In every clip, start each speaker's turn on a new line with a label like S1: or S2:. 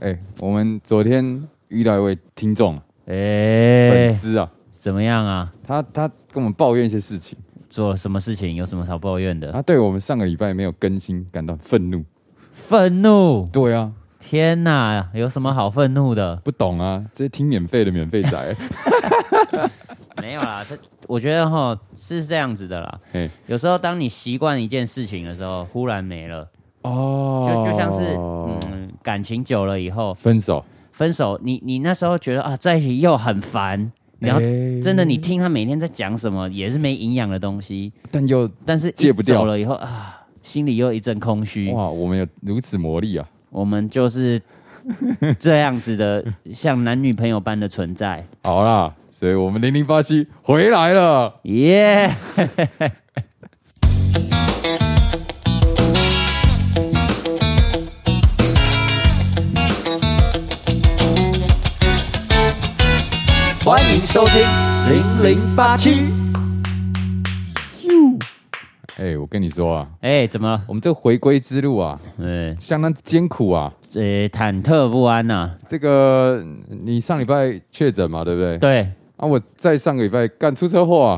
S1: 哎、我们昨天遇到一位听众、粉
S2: 哎，
S1: 丝啊，
S2: 怎么样啊？
S1: 他他跟我们抱怨一些事情，
S2: 做了什么事情？有什么好抱怨的？
S1: 他对我们上个礼拜没有更新感到愤怒。
S2: 愤怒！
S1: 对啊，
S2: 天哪，有什么好愤怒的？
S1: 不懂啊，这些听免费的免费仔，
S2: 没有 啦，这我觉得哈是这样子的啦。
S1: 哎、
S2: 有时候当你习惯一件事情的时候，忽然没了，
S1: 哦
S2: 就就像是嗯，感情久了以后
S1: 分手，
S2: 分手，你你那时候觉得啊在一起又很烦，然后
S1: 哎
S2: 真的你听他每天在讲什么也是没营养的东西，
S1: 但又
S2: 但是一
S1: 戒不掉
S2: 走了以后啊，心里又一阵空虚。
S1: 哇，我们有如此魔力啊！
S2: 我们就是这样子的，像男女朋友般的存在。
S1: 好啦，所以我们零零八七回来了。
S2: 耶、
S3: 欢迎收听零零八七。
S1: 哎、我跟你说啊，
S2: 哎、怎么了？
S1: 我们这回归之路啊，
S2: 呃、
S1: 相当艰苦啊。
S2: 呃、忐忑不安啊呐、
S1: 这个你上礼拜确诊嘛，对不对？
S2: 对，
S1: 啊，我在上个礼拜干出车祸啊。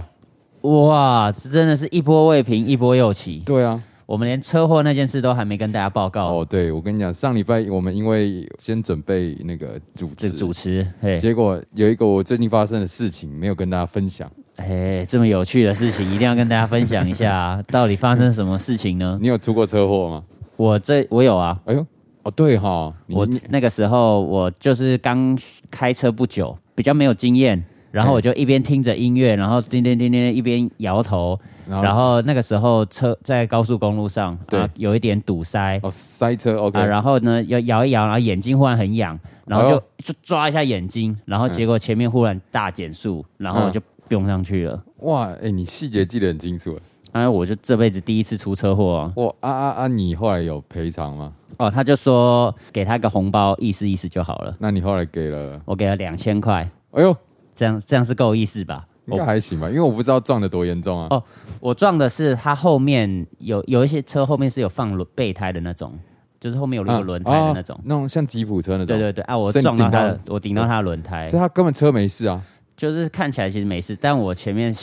S2: 哇，这真的是一波未平，一波又起。
S1: 对啊，
S2: 我们连车祸那件事都还没跟大家报告。
S1: 哦，对，我跟你讲，上礼拜我们因为先准备那个主
S2: 这
S1: 持，
S2: 个主持，嘿，
S1: 结果有一个我最近发生的事情没有跟大家分享。
S2: 哎，这么有趣的事情，一定要跟大家分享一下、啊，到底发生什么事情呢？
S1: 你有出过车祸吗？
S2: 我这我有啊，
S1: 哎呦，哦，对哈，你
S2: 我那个时候我就是刚开车不久，比较没有经验，然后
S1: 哎
S2: 我就一边听着音乐，然后叮叮叮叮一边摇头，
S1: 然
S2: 然后那个时候车在高速公路上，
S1: 对
S2: 啊，有一点堵塞。
S1: 哦塞车，OK，
S2: 啊，然后呢，要摇一摇，然后眼睛忽然很痒，然后就、
S1: 哎嗯
S2: 就抓一下眼睛，然后结果前面忽然大减速，然后我就飙上去了。
S1: 哇，哎，你细节记得很清楚。啊
S2: 哎、我就这辈子第一次出车祸啊、
S1: 哇啊啊啊！你后来有赔偿吗？
S2: 哦，他就说给他个红包，意思意思就好了。
S1: 那你后来给了？
S2: 我给了两千块，
S1: 哎呦，
S2: 这样这样是够意思吧？
S1: 应
S2: 我
S1: 该还行吧，因为我不知道撞的多严重啊。
S2: 哦我撞的是它后面有有一些车后面是有放轮备胎的那种，就是后面有
S1: 啊
S2: 那个轮胎的那种
S1: 哦。那种像吉普车那种。
S2: 对对对啊！我
S1: 所以你
S2: 撞到
S1: 顶到
S2: 它
S1: 了
S2: 的，我顶到它的轮胎
S1: 所，以他根本车没事啊，
S2: 就是看起来其实没事，但我前面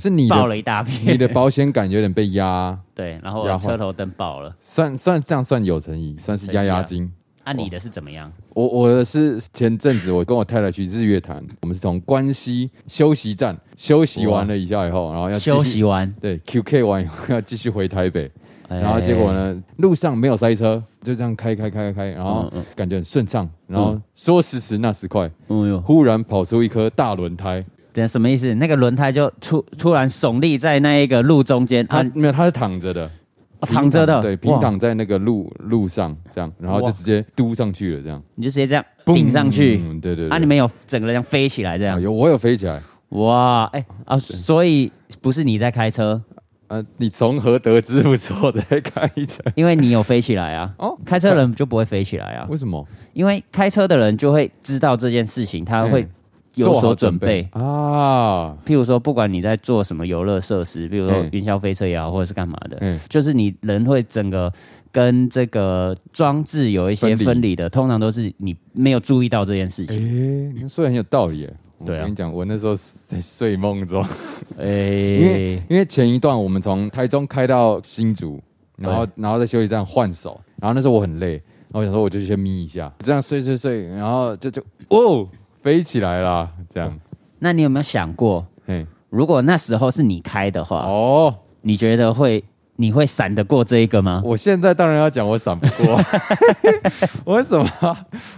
S1: 是你
S2: 爆
S1: 的
S2: 了一大
S1: 你
S2: 片，
S1: 的保险杆有点被压啊，
S2: 对，然后
S1: 压
S2: 我
S1: 坏
S2: 车头灯爆了。
S1: 算算这样算有诚意，算是压压惊。
S2: 啊，你的是怎么样？
S1: 我我的是前阵子我跟我太太去日月潭，我们是从关西休息站休息完了一下以后，然后要继续
S2: 休息完，
S1: 对 QK 完以后要继续回台北，
S2: 哎
S1: 然后结果？呢路上没有塞车，就这样开开开开开，然后
S2: 嗯
S1: 感觉很顺畅，然后说时迟那时快，
S2: 哎呦，
S1: 忽然跑出一颗大轮胎，
S2: 等下什么意思？那个轮胎就突突然耸立在那一个路中间
S1: 它，
S2: 啊
S1: 没有它是躺着的。
S2: 哦躺着的，
S1: 对，平
S2: 哇，
S1: 躺在那个路路上这样，然后就
S2: 哇
S1: 直接嘟上去了，这样
S2: 你就直接这样顶上去。
S1: 嗯对对对，
S2: 啊！你们有整个人这样飞起来这
S1: 啊
S2: 样，
S1: 有我有飞起来，
S2: 哇，哎、啊，所以不是你在开车，
S1: 呃，你从何得知不是我在开 车？
S2: 因为你有飞起来啊。
S1: 哦
S2: 哦，开车人就不会飞起来啊，
S1: 为什么？
S2: 因为开车的人就会知道这件事情，他会
S1: 嗯
S2: 有
S1: 做好
S2: 所准备。
S1: 啊，
S2: 譬如说，不管你在做什么游乐设施，譬如说
S1: 嗯
S2: 云霄飞车也好，或者是干嘛的，
S1: 嗯
S2: 就是你人会整个跟这个装置有一些
S1: 分离
S2: 分离的，通常都是你没有注意到这件事情。
S1: 诶，你说得很有道理耶。
S2: 对啊
S1: 我跟你讲，我那时候是在睡梦中，
S2: 哎、
S1: 因为因为前一段我们从台中开到新竹，然后然后在休息站换手，然后那时候我很累，然后我想说我就先眯一下，这样睡睡睡，然后就就哦飞起来啦，这样，
S2: 那你有没有想过，
S1: 嘿，
S2: 如果那时候是你开的话，
S1: 哦。
S2: 你觉得会你会闪得过这一个吗？
S1: 我现在当然要讲我闪不 过，我怎么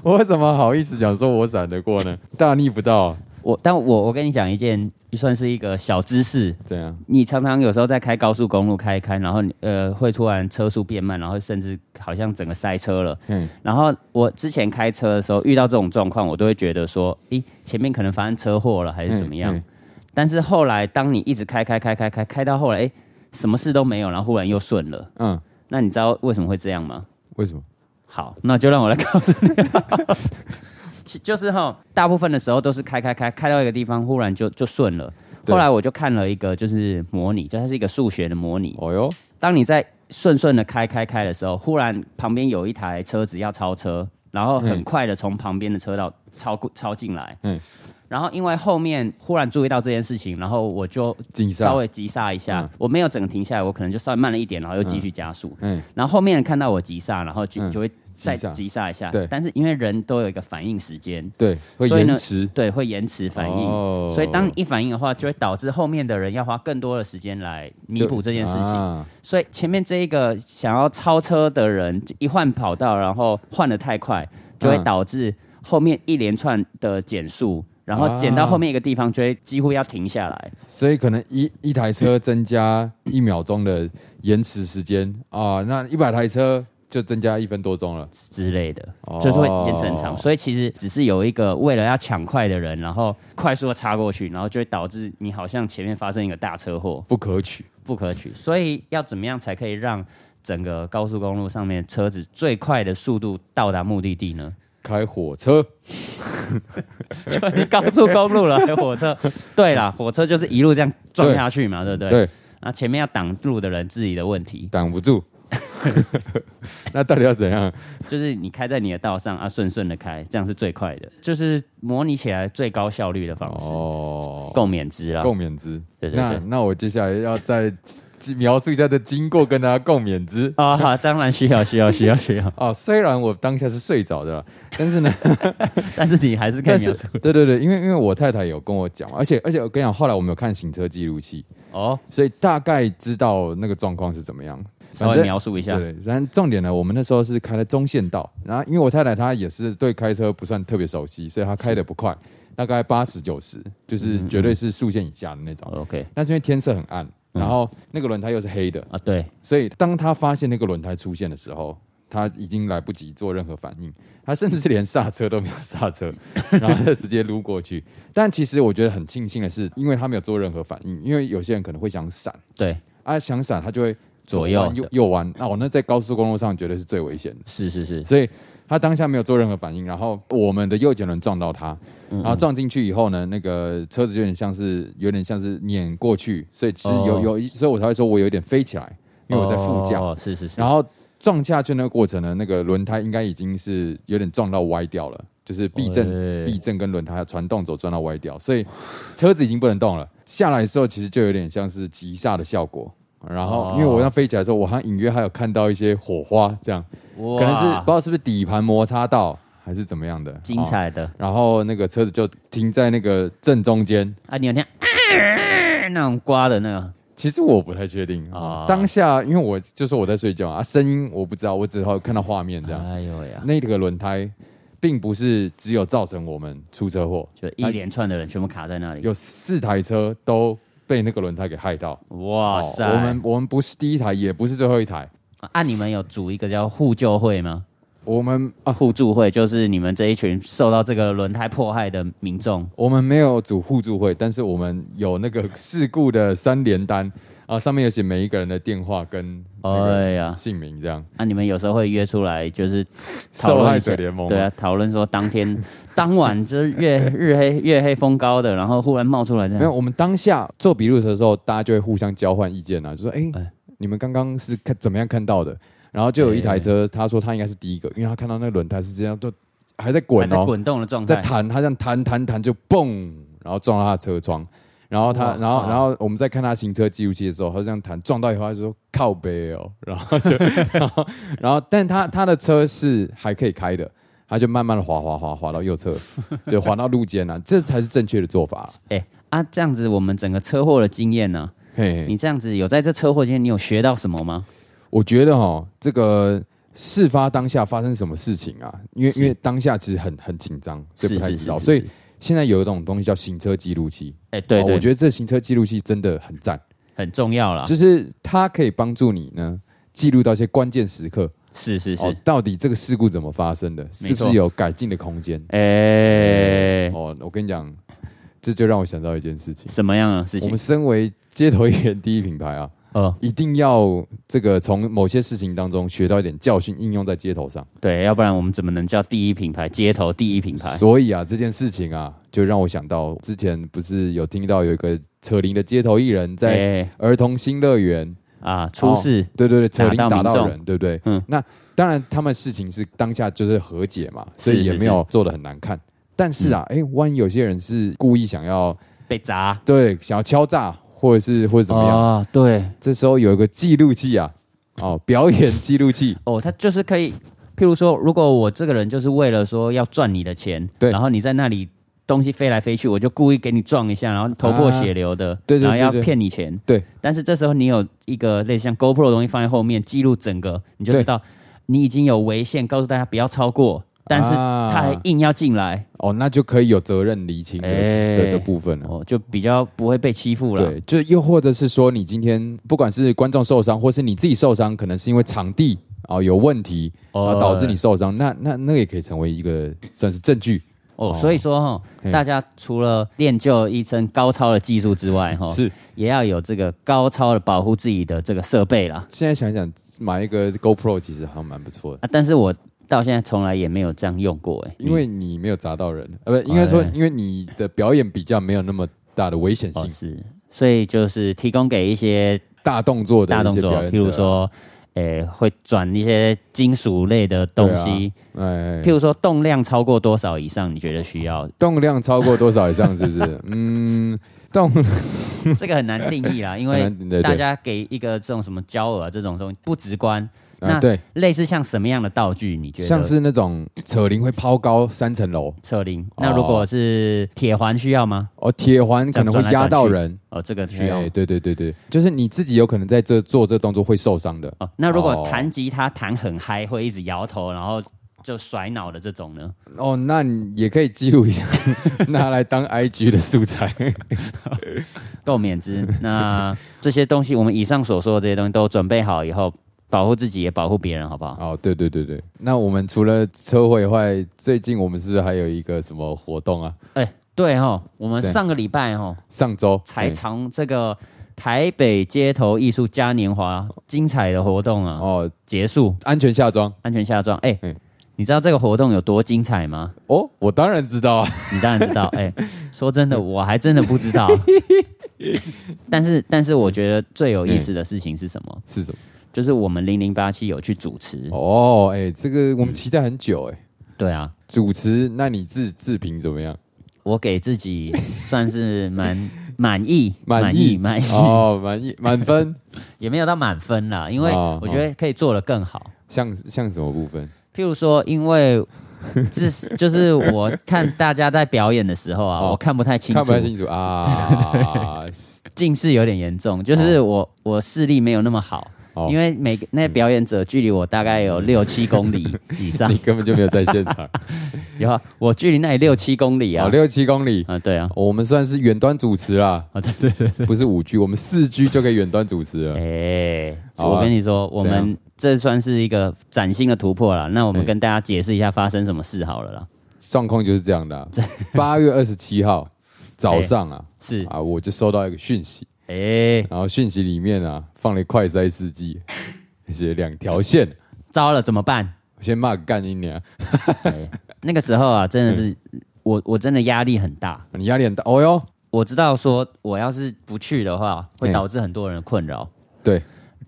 S1: 我怎么好意思讲说我闪得过呢？大逆不道，
S2: 我，但我我跟你讲一件，算是一个小知识。
S1: 怎样？
S2: 你常常有时候在开高速公路开一开，然后你呃会突然车速变慢，然后甚至好像整个塞车了。
S1: 嗯，
S2: 然后我之前开车的时候遇到这种状况，我都会觉得说，咦，前面可能发生车祸了还是怎么样
S1: 嗯？嗯
S2: 但是后来当你一直开开开开开开到后来，哎，什么事都没有，然后忽然又顺了。
S1: 嗯，
S2: 那你知道为什么会这样吗？
S1: 为什么？
S2: 好，那就让我来告诉你。 其就是哈，大部分的时候都是开开开开到一个地方，忽然就就顺了。
S1: 对
S2: 后来我就看了一个，就是模拟，就它是一个数学的模拟。
S1: 哦哟，
S2: 当你在顺顺的开开开的时候，忽然旁边有一台车子要超车，然后很快的从旁边的车道超过超进来。
S1: 嗯
S2: 嗯，然后因为后面忽然注意到这件事情，然后我就
S1: 急刹
S2: 稍微急刹一下，
S1: 嗯
S2: 我没有整个停下来，我可能就稍微慢了一点，然后又继续加速。
S1: 嗯，
S2: 然后后面看到我急刹，然后就、
S1: 嗯
S2: 就会再
S1: 急刹
S2: 急刹一下。
S1: 对
S2: 但是因为人都有一个反应时间，
S1: 对，会
S2: 所以呢
S1: 延迟，
S2: 对，会延迟反应。
S1: 嗯哦
S2: 所以当一反应的话，就会导致后面的人要花更多的时间来弥补这件事情。
S1: 啊
S2: 所以前面这一个想要超车的人一换跑道，然后换的太快，就
S1: 嗯
S2: 会导致后面一连串的减速，然
S1: 啊
S2: 后减到后面一个地方，就会几乎要停下来。
S1: 所以可能一一台车增加一秒钟的延迟时间啊，那一百台车就增加一分多钟了。
S2: 之类的
S1: 哦，
S2: 就是会延伸很长，所以其实只是有一个为了要抢快的人，然后快速的插过去，然后就会导致你好像前面发生一个大车祸，
S1: 不可取，
S2: 不可取。所以要怎么样才可以让整个高速公路上面车子最快的速度到达目的地呢？
S1: 开火车
S2: 就是高速公路了，还有火车。对啦，火车就是一路这样撞下去嘛，对不对？
S1: 对。
S2: 那前面要挡路的人自己的问题，
S1: 挡不 住，那到底要怎样？
S2: 就是你开在你的道上啊，顺顺的开，这样是最快的，就是模拟起来最高效率的方式，
S1: 哦，
S2: 共免之啦。
S1: 共勉之。
S2: 对对
S1: 那
S2: 对
S1: 那我接下来要再描述一下这经过，跟大家共勉之。
S2: 啊、 好，当然需要，需要，需要，需要。
S1: 哦，虽然我当下是睡着 的啦，但是呢，
S2: 但是你还是可 以
S1: 但
S2: 描
S1: 是
S2: 述
S1: 对对对，因为因为我太太有跟我讲，而且而且我跟你讲，后来我们有看行车记录器，
S2: 哦，
S1: 所以大概知道那个状况是怎么样。
S2: 稍
S1: 反
S2: 微
S1: 正
S2: 描述一下。
S1: 对，然后重点呢，我们那时候是开的中线道，然后因为我太太她也是对开车不算特别熟悉，所以她开的不快，大概八十九十，就是绝对是速线以下的那种。
S2: 哦 OK
S1: 但是因为天色很暗，
S2: 嗯
S1: 然后那个轮胎又是黑的，
S2: 啊，对，
S1: 所以当她发现那个轮胎出现的时候，她已经来不及做任何反应，她甚至是连刹车都没有刹 车，然后就直接撸过去。但其实我觉得很庆幸的是，因为她没有做任何反应，因为有些人可能会想闪。
S2: 对，
S1: 啊，想闪他就会
S2: 左右
S1: 弯右右弯。那我那在高速公路上绝对是最危险的，
S2: 是是是，
S1: 所以他当下没有做任何反应，然后我们的右前轮撞到他，
S2: 嗯
S1: 然后撞进去以后呢，那个车子有点像是有点像是碾过去，所以是有、
S2: 哦
S1: 有一，所以我才会说我有一点飞起来，因为我在副驾，
S2: 哦，是是是。
S1: 然后撞下去那个过程呢，那个轮胎应该已经是有点撞到歪掉了，就是避震、
S2: 哎
S1: 避震跟轮胎传动轴撞到歪掉，所以车子已经不能动了。下来的时候，其实就有点像是急刹的效果。然后，
S2: 哦
S1: 因为我要飞起来的时候，我好像隐约还有看到一些火花，这样
S2: 哇
S1: 可能是不知道是不是底盘摩擦到还是怎么样的，
S2: 精
S1: 哦。
S2: 彩的
S1: 然后那个车子就停在那个正中间，
S2: 啊，你有听啊那种刮的那个，
S1: 其实我不太确定啊。
S2: 哦
S1: 当下因为我就说我在睡觉啊，声音我不知道，我只好看到画面这样。
S2: 哎呦呀，
S1: 那个轮胎并不是只有造成我们出车祸，
S2: 就一连串的人全部卡在那里。
S1: 有四台车都被那个轮胎给害到。哦
S2: 哇塞！
S1: 我们我们不是第一台，也不是最后一台，
S2: 啊，你们有组一个叫互救会吗？
S1: 我们啊，
S2: 互助会就是你们这一群受到这个轮胎迫害的民众。
S1: 我们没有组互助会，但是我们有那个事故的三联单啊，上面有写每一个人的电话跟那
S2: 哎
S1: 个
S2: 呀，
S1: 姓名，这样
S2: 啊，你们有时候会约出来，就是讨
S1: 受
S2: 论
S1: 害
S2: 一下
S1: 者联盟吗
S2: 对啊，讨论说当天 当晚就是月日黑月黑风高的，然后忽然冒出来这
S1: 没有。
S2: 样。
S1: 我们当下做笔录的时候，大家就会互相交换意见啊，就说：“哎、
S2: 哎
S1: 你们刚刚是看怎么样看到的？”然后就有一台
S2: 哎
S1: 车，他说他应该是第一个，因为他看到那个轮胎是这样，都还在
S2: 还
S1: 滚
S2: 在
S1: 哦，
S2: 滚哎动的状
S1: 在
S2: 态，
S1: 弹，他这样弹弹弹就嘣，然后撞到他的车窗，然后他
S2: 哇，
S1: 然后
S2: 靠
S1: 然后我们在看他行车记录器的时候，他这样弹撞到以后，他就说靠背哦， 然后 就然后然后，但他他的车是还可以开的。他就慢慢的滑滑滑滑到右侧，就滑到路肩啊，这才是正确的做 法啦。
S2: 哎、啊，这样子我们整个车祸的经验呢、
S1: 嘿，嘿
S2: 你这样子有在这车祸经验，你有学到什么吗？
S1: 我觉得哦，这个事发当下发生什么事情啊？因为因为当下其实很很紧张，所以
S2: 是
S1: 不太
S2: 是
S1: 知道。
S2: 是是
S1: 所以
S2: 是
S1: 现在有一种东西叫行车记录器，
S2: 哎、对
S1: 哦
S2: 对，啊
S1: 我觉得这行车记录器真的很赞，
S2: 很重要啦。
S1: 就是它可以帮助你呢记录到一些关键时刻，
S2: 是是是，
S1: 哦，到底这个事故怎么发生的，是
S2: 没
S1: 不是
S2: 错
S1: 有改进的空间？
S2: 哎、
S1: 哦，我跟你讲，这就让我想到一件事情，
S2: 什么样的事
S1: 我
S2: 情
S1: 们？身为街头艺人第一品牌啊，
S2: 哦，
S1: 一定要这个从某些事情当中学到一点教训，应用在街头上。
S2: 对，要不然我们怎么能叫第一品牌街头第一品牌？
S1: 所以啊，这件事情啊，就让我想到之前不是有听到有一个扯铃的街头艺人在哦
S2: 哎
S1: 儿童新乐园
S2: 啊，出事，
S1: 对对对，车
S2: 打
S1: 铃
S2: 到
S1: 打
S2: 民
S1: 到
S2: 众
S1: 人，对不对？
S2: 嗯
S1: 嗯，那当然，他们事情是当下就是和解嘛，所
S2: 是
S1: 以也
S2: 是嗯
S1: 没有做的很难看。但是啊，哎，万一有些人是故意想要
S2: 被砸，
S1: 对想要敲诈，或者是或者怎么样，
S2: 哦，对，
S1: 这时候有一个记录器啊，哦，表演记录器，
S2: 哦，他就是可以，譬如说，如果我这个人就是为了说要赚你的钱，
S1: 对
S2: 然后你在那里东西飞来飞去，我就故意给你撞一下，然后头破血流的，
S1: 啊对对对
S2: 然后要
S1: 对
S2: 骗你钱，
S1: 对。
S2: 但是这时候你有一个类似像 GoPro 的东西放在后面记录整个，你就知道你已经有违宪，告诉大家不要超过，但是
S1: 啊
S2: 他还硬要进来，
S1: 哦，那就可以有责任厘清的
S2: 哎
S1: 的的部分了。
S2: 哦，就比较不会被欺负了。
S1: 对，就又或者是说，你今天不管是观众受伤，或是你自己受伤，可能是因为场地啊、有问题啊、
S2: 哦
S1: 导致你受伤，那那那也可以成为一个算是证据。
S2: 哦，
S1: 哦
S2: 所以说哈，
S1: 嘿
S2: 大家除了练就一身高超的技术之外，哈，
S1: 是
S2: 也要有这个高超的保护自己的这个设备啦。
S1: 现在想一想，买一个 GoPro 其实好像蛮不错的，
S2: 啊，但是我到现在从来也没有这样用过、哎，
S1: 因为你没有砸到人，呃，不，应该说
S2: 哎
S1: 因为你的表演比较没有那么大的危险
S2: 哦
S1: 性，
S2: 是，所以就是提供给一些
S1: 大动作的
S2: 大
S1: 一
S2: 动
S1: 些
S2: 作
S1: 表，演
S2: 譬如
S1: 者啊，
S2: 说，诶、会转一些金属类的东西，
S1: 哎
S2: 譬，如说动量超过多少以上，你觉得需要？
S1: 动量超过多少以上是不是？ 嗯，动
S2: 这个很难定义啦，因为
S1: 很难对对
S2: 大家给一个这种什么焦耳这种东西不直观。
S1: 啊
S2: 那
S1: 对，
S2: 类似像什么样的道具？你觉得
S1: 像是那种扯铃会抛高三层楼。
S2: 车铃？
S1: 哦
S2: 那如果是铁环需要吗？
S1: 哦，铁环可能会压到人，
S2: 哦，这个需要
S1: 哎。对对对对，就是你自己有可能在这做这动作会受伤的。
S2: 哦，那如果
S1: 哦
S2: 弹吉他弹很嗨，会一直摇头，然后就甩脑的这种呢？
S1: 哦，那你也可以记录一 下，拿来当 IG 的素材。
S2: 够免之。 那这些东西，我们以上所说的这些东西都准备好以后，保护自己也保护别人，好不好？
S1: 哦，对对对对，那我们除了车毁坏，最近我们是不是还有一个什么活动啊？
S2: 哎、对哦，我们
S1: 对
S2: 上个礼拜哦
S1: 上周
S2: 才
S1: 哎
S2: 从这个台北街头艺术嘉年华精彩的活动啊
S1: 哦，
S2: 结束，
S1: 安全下装
S2: 安全下装。哎、
S1: 嗯
S2: 你知道这个活动有多精彩吗？
S1: 哦，我当然知道啊，
S2: 你当然知道，哎、说 真的，我还真的不知道。但是，但是我觉得最有意思的事情是什么？
S1: 是什么？
S2: 就是我们零零八七有去主持，
S1: 哦，哎、这个我们期待很久哎、
S2: 对啊，
S1: 主持，那你自自评怎么样？
S2: 我给自己算是蛮 满意，
S1: 满
S2: 意，
S1: 意
S2: 满意，
S1: 哦，满 意满分，
S2: 也没有到满分啦，因为
S1: 哦
S2: 我觉得可以做得更好。
S1: 像像什么部分？
S2: 譬如说，因为这 就是我看大家在表演的时候啊，
S1: 哦
S2: 我看不太清
S1: 看
S2: 楚
S1: 不太，清楚 啊。
S2: 近视有点严重，就是我我视力没有那么好。
S1: 哦嗯
S2: 因为每个那些表演者距离我大概有六七公里以 上
S1: 你，根本就没有在现 场，
S2: 然后我距离那里六七公里啊
S1: 哦，，六七公里，哦
S2: 啊对啊，
S1: 我们算是远端主持啦，
S2: 啊对对对，
S1: 不是五 G，我们四 G 就可以远端主持了。
S2: 哎，
S1: 好啊
S2: 我跟你说，我
S1: 怎
S2: 们
S1: 样
S2: 这算是一个崭新的突破了。那我们
S1: 哎
S2: 跟大家解释一下发生什么事好了啦。
S1: 状况就是这样的啊、 八月二十七号早上 啊，
S2: 是，
S1: 啊，我就收到一个讯息，
S2: 哎，
S1: 然后讯息里面啊放了快筛试剂， 写两条线，
S2: 糟了，怎么办？
S1: 我先骂个干你娘，
S2: 哎那个时候啊，真的是
S1: 嗯
S2: 我，我真的压力很大。
S1: 你压力很大，哦哟，
S2: 我知道说，我要是不去的话，会
S1: 哎
S2: 导致很多人的困扰。
S1: 对，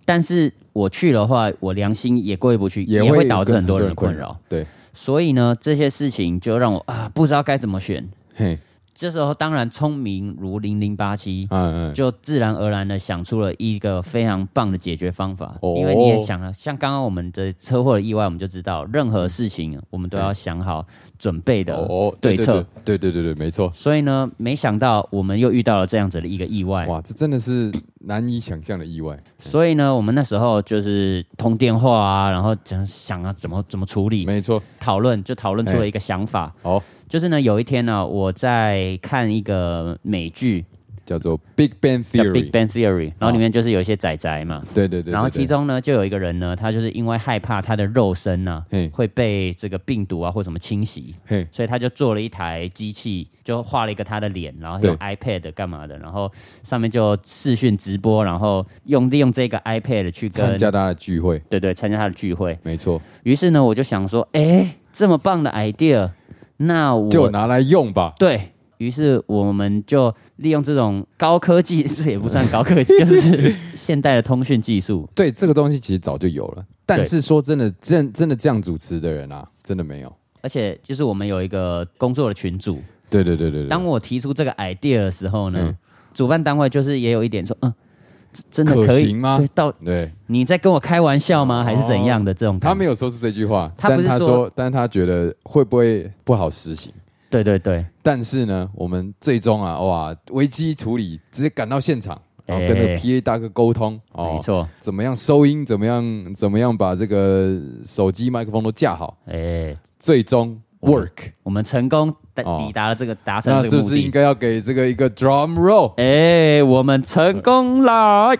S2: 但是我去的话，我良心也过意不去，也
S1: 会
S2: 会导致
S1: 跟
S2: 很多人的困扰。，
S1: 对，
S2: 所以呢，这些事情就让我啊，不知道该怎么选。
S1: 嘿，
S2: 这时候当然聪明如零零八七，
S1: 嗯嗯，
S2: 就自然而然的想出了一个非常棒的解决方法。
S1: 哦
S2: 因为你也想了，像刚刚我们的车祸的意外，我们就知道，任何事情我们都要想好准备的
S1: 哦，
S2: 对策。，
S1: 对对对对，没错，
S2: 所以呢，没想到我们又遇到了这样子的一个意外。
S1: 哇，这真的是难以想象的意外。
S2: 所以呢，我们那时候就是通电话啊，然后想想啊，怎么怎么处理，
S1: 没错，
S2: 讨论就讨论出了一个想法。
S1: 好、
S2: 就是呢，有一天呢，我在看一个美剧
S1: 叫做 Big Bang
S2: 叫
S1: Theory。哦
S2: 《Big Bang Theory》，然后里面就是有一些仔仔嘛，
S1: 对对对对
S2: 然后
S1: 对
S2: 其中呢，就有一个人呢，他就是因为害怕他的肉身呢、
S1: 嘿
S2: 会被这个病毒啊或什么侵袭，
S1: 嘿，
S2: 所以他就做了一台机器，就画了一个他的脸，然后用
S1: 对
S2: iPad 干嘛的，然后上面就视讯直播，然后用利用这个 iPad 去
S1: 参
S2: 跟
S1: 加他的聚会，
S2: 对对参加他的聚会。
S1: 没错，
S2: 于是呢，我就想说，哎，这么棒的 idea，那我
S1: 就拿来用吧。
S2: 对。于是我们就利用这种高科技，这也不算高 科技，就是现代的通讯技术。
S1: 对，这个东西其实早就有了，但
S2: 对
S1: 是说真的，真真的这样主持的人啊，真的没有。
S2: 而且就是我们有一个工作的群组，
S1: 对对对对对，
S2: 当我提出这个 idea 的时候呢，
S1: 嗯
S2: 主办单位就是也有一点说，嗯，这真的
S1: 可
S2: 可以
S1: 行吗
S2: 对，到
S1: 对
S2: 你在跟我开玩笑吗？还是怎样的这种感觉？
S1: 他没有说出这句话，
S2: 他不
S1: 但
S2: 是
S1: 他
S2: 说
S1: 说，但他觉得会不会不好实行？
S2: 对对对，
S1: 但是呢，我们最终啊，哇，危机处理直接赶到现场，然后跟那
S2: 哎
S1: 个 PA 大哥沟通，哦
S2: 没，错，
S1: 怎么样收音，怎么样怎么样把这个手机麦克风都架好，
S2: 哎、
S1: 最终
S2: 我们
S1: work。
S2: 我们成功达
S1: 哦
S2: 抵达了这个达成
S1: 那
S2: 了这
S1: 是
S2: 个
S1: 不
S2: 目
S1: 是应
S2: 的。
S1: 该要给这个一个 drum roll？
S2: 哎、我们成功了！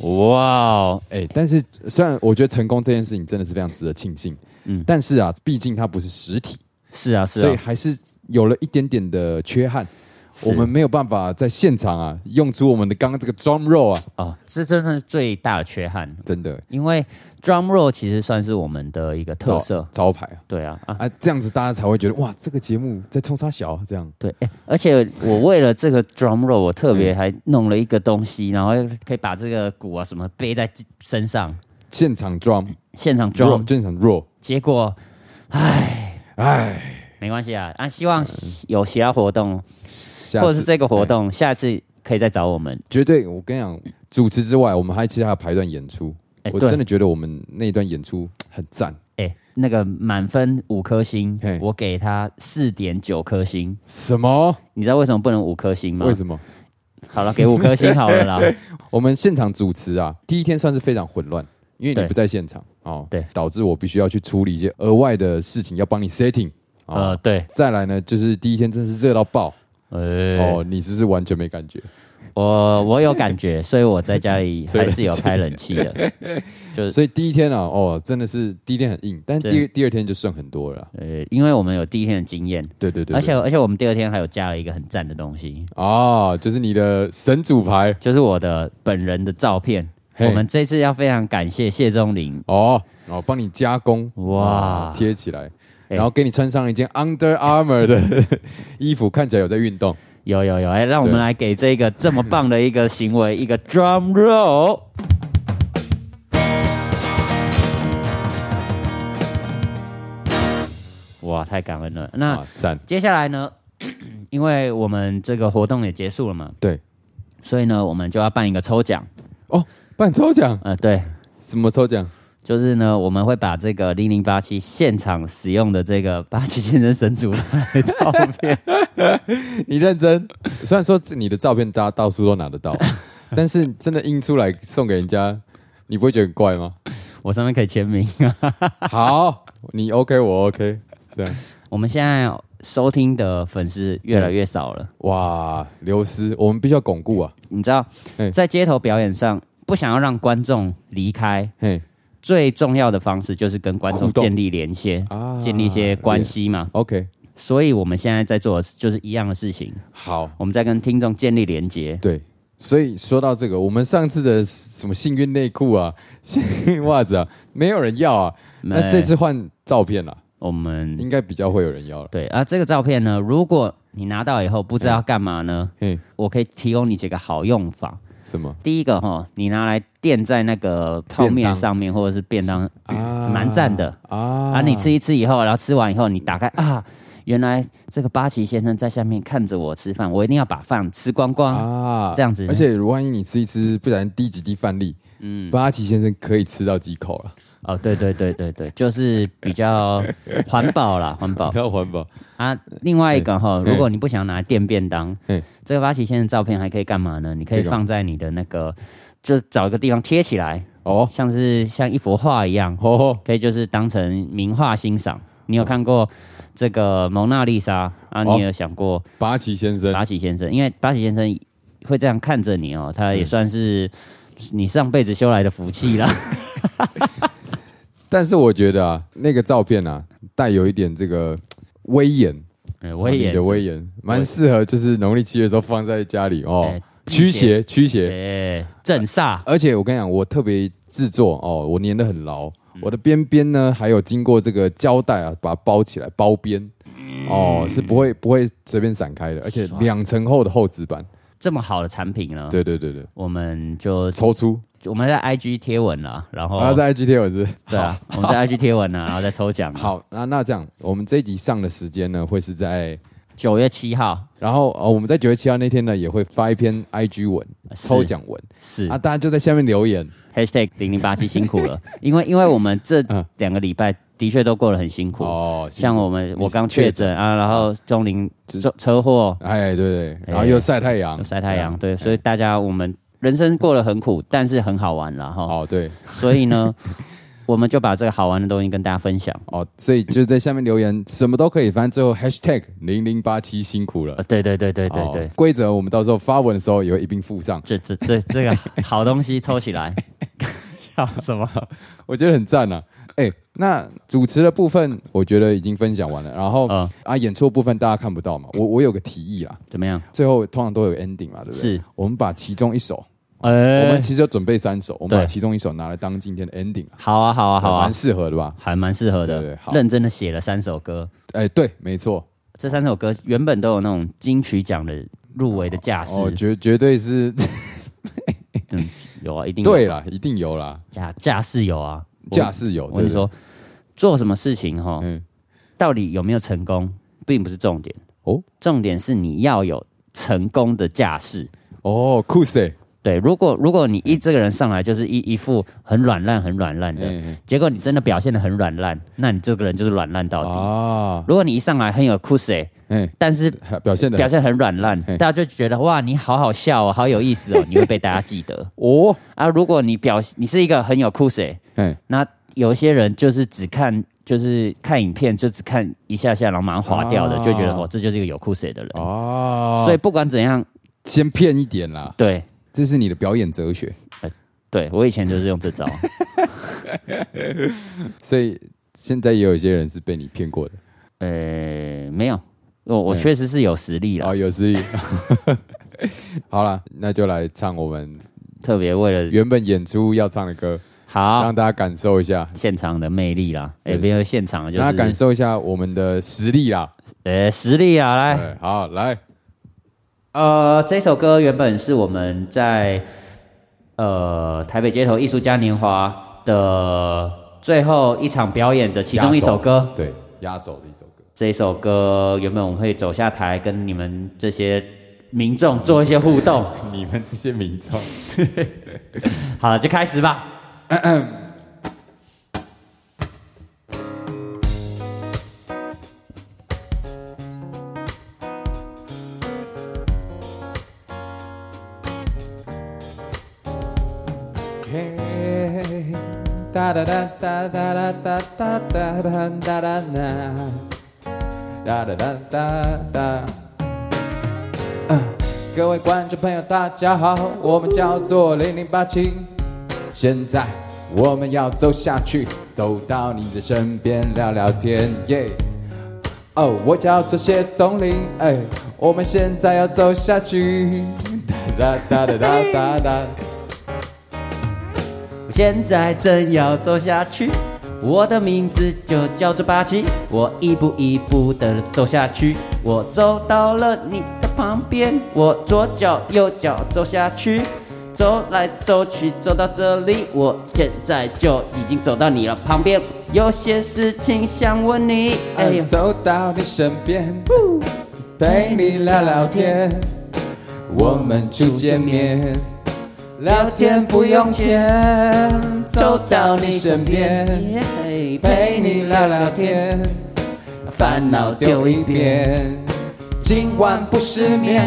S2: 哇哦，
S1: 哎、但是虽然我觉得成功这件事情真的是非常值得庆幸，嗯
S2: 嗯，
S1: 但是啊，毕竟它不是实体，
S2: 是啊，是
S1: 所以
S2: 啊，
S1: 还是有了一点点的缺憾。
S2: 是
S1: 我们没有办法在现场啊，用出我们的刚刚这个 drum roll 啊，
S2: 哦，这真的是最大的缺憾，
S1: 真的
S2: 因为 drum roll 其实算是我们的一个特色。
S1: 招牌啊
S2: 对啊，啊，
S1: 啊，这样子大家才会觉得哇，这个节目在冲沙小这样。
S2: 对，哎而且我为了这个 drum roll，我特别还弄了一个东西，然后可以把这个鼓啊什么背在身上，
S1: 现场 drum
S2: 现场
S1: drum
S2: drum。
S1: 现场 roll，
S2: 结果
S1: 哎，
S2: 没关系啊，啊，希望有其他活动
S1: 下
S2: 或者是
S1: 次哎
S2: 这个活动，下次可以再找我们。
S1: 绝对，我跟你讲，主持之外，我们还其实还有排段演出。
S2: 哎，
S1: 我真
S2: 对
S1: 的，觉得我们那一段演出很赞，
S2: 哎，那个满分五颗星
S1: 嘿，
S2: 我给他四点九颗星。
S1: 什么？
S2: 你知道为什么不能五颗星吗
S1: 为？什么？
S2: 好了，给五颗星好了啦。
S1: 我们现场主持啊，第一天算是非常混乱，因为你
S2: 对
S1: 不在现场哦，
S2: 对，
S1: 导致我必须要去处理一些额外的事情，要帮你 setting 哦。
S2: 呃，对，
S1: 再来呢，就是第一天真是热到爆
S2: 呃，
S1: 哦，你是不是完全没感觉？
S2: 我我有感觉，所以我在家里
S1: 吹冷
S2: 还
S1: 气
S2: 是有开冷气的。就是
S1: 所以第一天啊，哦，真的是第一天很硬，但是第
S2: 对
S1: 二第二天就顺很多了啦。啊
S2: 呃，因为我们有第一天的经验，
S1: 对对对，
S2: 而且
S1: 对
S2: 而且我们第二天还有加了一个很赞的东西，
S1: 哦，就是你的神主牌
S2: 就是我的本人的照片。
S1: 嘿
S2: 我们这次要非常感谢谢钟林，
S1: 哦，哦，帮你加工哦
S2: 哇
S1: 贴起来。
S2: 哎
S1: 然后给你穿上一件 Under Armour 的衣服，看起来有在运动。
S2: 有有有，哎，让我们
S1: 对
S2: 来给这个这么棒的一个行为一个 drum roll。哇，太感恩了！那、
S1: 啊，赞！
S2: 接下来呢， 因为我们这个活动也结束了嘛，
S1: 对，
S2: 所以呢，我们就要办一个抽奖。
S1: 办抽奖，
S2: 呃，对，
S1: 什么抽奖？
S2: 就是呢，我们会把这个零零八七现场使用的这个 八七先生神主牌的照片，
S1: 你认真？虽然说你的照片大家到处都拿得到， 但是真的印出来送给人家，你不会觉得很怪吗？
S2: 我上面可以签名。
S1: 好，你 OK，我 OK，这样
S2: 我们现在收听的粉丝越来越少了，
S1: 哇，流失，我们必须要巩固啊！
S2: 你知道
S1: 嗯，
S2: 在街头表演上，不想要让观众离开，
S1: 嘿
S2: 最重要的方式就是跟观
S1: 互
S2: 众
S1: 动
S2: 建立连接，
S1: 啊
S2: 建立一些关系嘛。
S1: ，OK，
S2: 所以我们现在在做的就是一样的事情，
S1: 好，
S2: 我们在跟听众建立连接。
S1: 对。所以说到这个，我们上次的什么幸运内裤啊、 幸运袜子啊，没有人要啊。那这次换照片啦、
S2: 我们
S1: 应该比较会有人要了。
S2: 对啊，这个照片呢，如果你拿到以后不知道干嘛呢，
S1: 嘿，
S2: 我可以提供你几个好用法。
S1: 什么
S2: 第一个哈，你拿来垫在那个泡
S1: 便
S2: 面
S1: 当
S2: 上面或者是便当，
S1: 啊
S2: 蛮赞的
S1: 啊？
S2: 啊，你吃一吃以后，然后吃完以后，你打开啊，原来这个八旗先生在下面看着我吃饭，我一定要把饭吃光光。
S1: 啊
S2: 这样子
S1: 而且如万一你吃一吃，不然滴几滴饭粒，嗯，八旗先生可以吃到几口啊了，
S2: 哦，对对对对对，就是比较环保啦，环保
S1: 比较环保。
S2: 啊。另外一个哈，
S1: 嗯
S2: 如果你不想拿来垫便当
S1: 嗯，
S2: 这个八旗先生照片还可以干嘛呢？你可
S1: 可以
S2: 以
S1: 干嘛
S2: 放在你的那个，就找一个地方贴起来，
S1: 哦
S2: 像是像一幅画一样，
S1: 哦，
S2: 可以就是当成名画欣赏。你有看过这个蒙娜丽莎啊？
S1: 哦
S2: 你有想过
S1: 八旗先生
S2: 八旗先生？因为八旗先生会这样看着你哦，
S1: 嗯
S2: 他也算是你上辈子修来的福气啦。
S1: 但是我觉得啊，那个照片啊，带有一点这个嘖威严，
S2: 嗯我也
S1: 你的威严，蛮适合就是农历七月的时候放在家里哦
S2: 哎，
S1: 驱邪驱邪。
S2: 哎，镇煞，
S1: 而且我跟你讲，我特别制作哦，我粘的很牢，
S2: 嗯
S1: 我的边边呢还有经过这个胶带啊，把它包起来包边，哦，是不会不会随便散开的，而且
S2: 嗯爽啊
S1: 两层厚的厚纸板，
S2: 这么好的产品呢，
S1: 对对对对，
S2: 我们就
S1: 抽出，
S2: 我们在 IG 贴文了，然后
S1: 然后啊在 IG 贴文字。
S2: 对啊，我们在 IG 贴文了，然后再抽奖。，啊
S1: 好，那那这样，我们这一集上的时间呢会是在，
S2: 九月七号
S1: 然后呃我们在九月七号那天呢也会发一篇 IG 文
S2: 是
S1: 抽奖文
S2: 是
S1: 啊，大家就在下面留言，
S2: #hashtag 零零八七辛苦了，因为因为我们这
S1: 嗯
S2: 两个礼拜的确都过得很辛苦。
S1: 哦，
S2: 像我们，
S1: 你
S2: 我刚
S1: 确
S2: 确诊啊，然后钟林车车祸，
S1: 哎对对，然后又晒太阳，啊
S2: 又晒太阳，对，所
S1: 以
S2: 以大家我们人生过得很苦，但是很好玩啦哈。
S1: 哦对。
S2: 所以呢， 我们就把这个好玩的东西跟大家分享。
S1: 哦，所以就在下面留言，什么都可以，反正最后 hashtag 零零八七辛苦了
S2: 呃，。对对对对对对
S1: 哦，规则我们到时候发文的时候也会一并附上，
S2: 这这这这个好东西抽起 来，笑什么？
S1: 我觉得很赞啊。哎，那主持的部分我觉得已经分享完了，然后、
S2: 嗯
S1: 啊演出的部分大家看不到嘛，我我有个提议啦，
S2: 怎么样？
S1: 最后通常都有 ending 嘛，对不对？
S2: 是，
S1: 我们把其中一首，
S2: 哎、
S1: 我们其实有准备三首，我们
S2: 对
S1: 把其中一首拿来当今天的 ending 啊，
S2: 好啊，好啊，好啊
S1: 蛮，适合的吧？
S2: 还蛮适合的。
S1: 对对好
S2: 认真的写了三首歌，
S1: 哎，对，没错，
S2: 这三首歌原本都有那种金曲奖的入围的架势，
S1: 哦，绝绝对是，
S2: 嗯，有啊，一定有
S1: 对啦，一定有啦，
S2: 架架势有啊。我
S1: 架势有，
S2: 我跟
S1: 对
S2: 你
S1: 不
S2: 说，做什么事情哈
S1: 对，，嗯，
S2: 到底有没有成功，并不是重点
S1: 哦
S2: 哦，重点是你要有成功的架势。
S1: 哦，酷塞，
S2: 对，如果如果你一这个人上来就是一一副很软烂、很软烂的，
S1: 嗯
S2: 结果你真的表现的很软烂，那你这个人就是软烂到底。
S1: 啊，
S2: 如果你一上来很有酷谁，
S1: 哎，
S2: 但是
S1: 表现的
S2: 表现很软烂，
S1: 嘿
S2: 大家就觉得哇，你好好笑哦，好有意思哦，你会被大家记 得
S1: 哦，
S2: 啊。如果你表你是一个很有酷谁，
S1: 哎，
S2: 那有些人就是只看就是看影片，就只看一下下，然后马上划掉的，
S1: 啊
S2: 就觉得哦，这就是一个有酷谁的人。
S1: 哦，
S2: 所以不管怎样，
S1: 先骗一点啦，
S2: 对
S1: 这是你的表演哲学，
S2: 对，我以前就是 用这招。
S1: 所以现在也有一些人是被你骗过的，
S2: 呃，没有，我我
S1: 嗯
S2: 确实是有实力了，
S1: 哦，有实力。 好啦，那就来唱我们
S2: 特别为了
S1: 原本演出要唱的歌，
S2: 好
S1: 让大家感受一下，
S2: 现场的魅力啦，
S1: 对
S2: 也没有现场就
S1: 让大家感
S2: 是
S1: 受一下我们的实力啦。
S2: 呃实力啊，来，
S1: 对，好，来，
S2: 呃，这首歌原本是我们在呃台北街头艺术嘉年华的最后一场表演的其中一首歌，
S1: 对，压轴的一首歌。
S2: 这一首歌原本我们会走下台跟你们这些民众做一些互 动，
S1: 你们这些民众，
S2: 好了，就开始吧。
S1: 哒哒哒哒哒哒哒哒哒哒哒哒哒哒哒哒哒。各位观众朋友，大家好，我们叫做零零八七。现在我们要走下去，走到你的身边聊聊天，耶、哦，我叫做谢宗林，哎，我们现在要走下去，哒哒哒哒哒哒。
S2: 我现在正要走下去，我的名字就叫做八七，我一步一步的走下去，我走到了你的旁边，我左脚右脚走下去，走来走去走到这里，我现在就已经走到你了旁边，有些事情想问你，哎
S1: 哎，
S2: 呦，
S1: 走到你身边，陪你聊聊天，我们初见面，聊天不用钱，走
S2: 走
S1: 到
S2: 到
S1: 你
S2: 你
S1: 身
S2: 身边
S1: 边，，
S2: 哎
S1: 陪你聊聊，天，烦恼丢一边，今晚不失眠。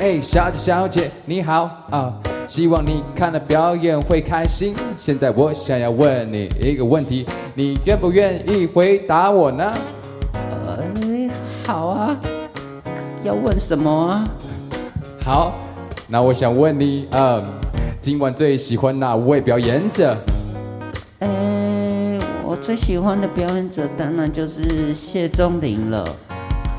S1: 哎，小姐小姐你好啊，希望你看了表演会开心。现在我想要问你一个问题，你愿不愿意回答我呢？
S2: 哎，好啊，要问什么啊？
S1: 好，那我想问你，嗯，今晚最喜欢哪位表演者？
S2: 哎，我最喜欢的表演者当然就是谢钟林了。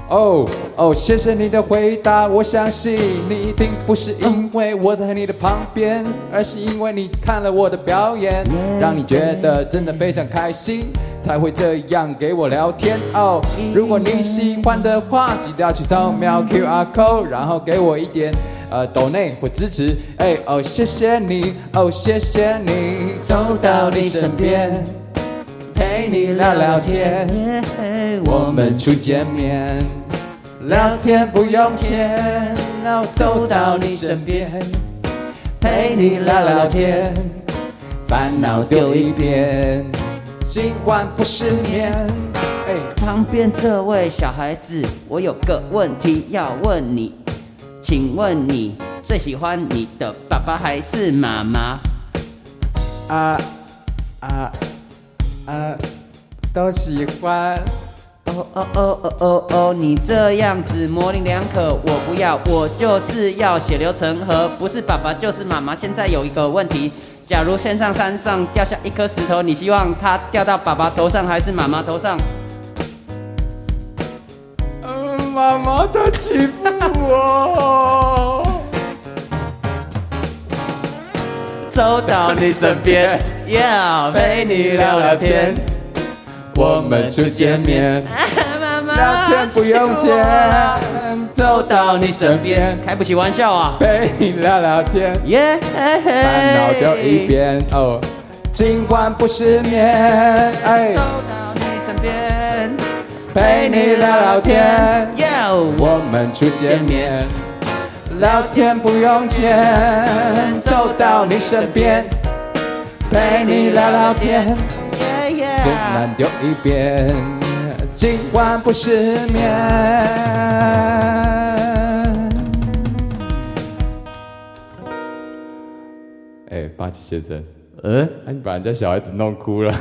S1: 哦哦，谢谢你的回答，我相信你一定不是因为我在你的旁边，而是因为你看了我的表演，让你觉得真的非常开心，才会这样给我聊天哦。如果你喜欢的话，记得要去扫描 QR code，然后给我一点呃抖内或支持。哎哦，谢谢你，哦谢谢你，走到你身边，陪你聊聊天。
S2: 哎
S1: 我们初见面，聊天不用钱，然后走到你身边，陪你聊聊天，烦恼丢一边，今晚不失眠。哎，
S2: 旁边这位小孩子，我有个问题要问你，请问你最喜欢你的爸爸还是妈妈？
S1: 啊啊啊，都喜欢。
S2: 哦哦哦哦哦哦，你这样子模棱两可，我不要，我就是要血流成河，不是爸爸就是妈妈。现在有一个问题，假如先上山上掉下一颗石头，你希望它掉到爸爸头上还是妈妈头上？
S1: 嗯，妈妈她欺负我。
S2: 走 到你身边，Yeah，陪你聊聊天，
S1: 我们初见面，
S2: 妈妈
S1: 聊天不用钱，走到你身边，
S2: 开不起玩笑啊！
S1: 陪你聊聊天。
S2: 耶，
S1: 烦
S2: 烦
S1: 恼丢一。边哦，今晚不失眠，哎
S2: 走，到你身边，
S1: 陪你聊聊天，
S2: ，Yo，
S1: 我们初见面，聊天不用钱，走到你身边，陪你聊聊天，
S2: 耶耶
S1: 今晚丢一边，今晚不失眠。哎，八旗先生，
S2: 呃，
S1: 哎、你把人家小孩子弄哭了。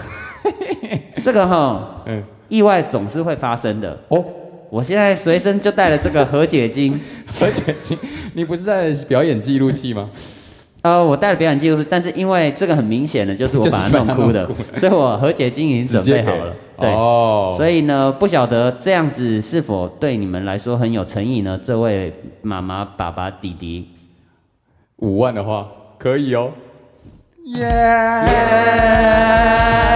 S2: 这个哈，
S1: 嗯
S2: 嗯，意外总是会发生的。
S1: 哦，
S2: 我现在随身就带了这个和解金，
S1: 而且你你不是在表演记录器吗？
S2: 呃，我带了表演记录是，但是因为这个很明显的就是我
S1: 就是
S2: 把它
S1: 把它
S2: 弄哭
S1: 弄
S2: 的
S1: 哭，
S2: 所以我和解金已经 准备好了。对，
S1: 哦，
S2: 所
S1: 以
S2: 以呢，不晓得这样子是否对你们来说很有诚意呢？这位妈妈、爸爸、弟弟，
S1: 五万的话可以哦。耶、
S2: 耶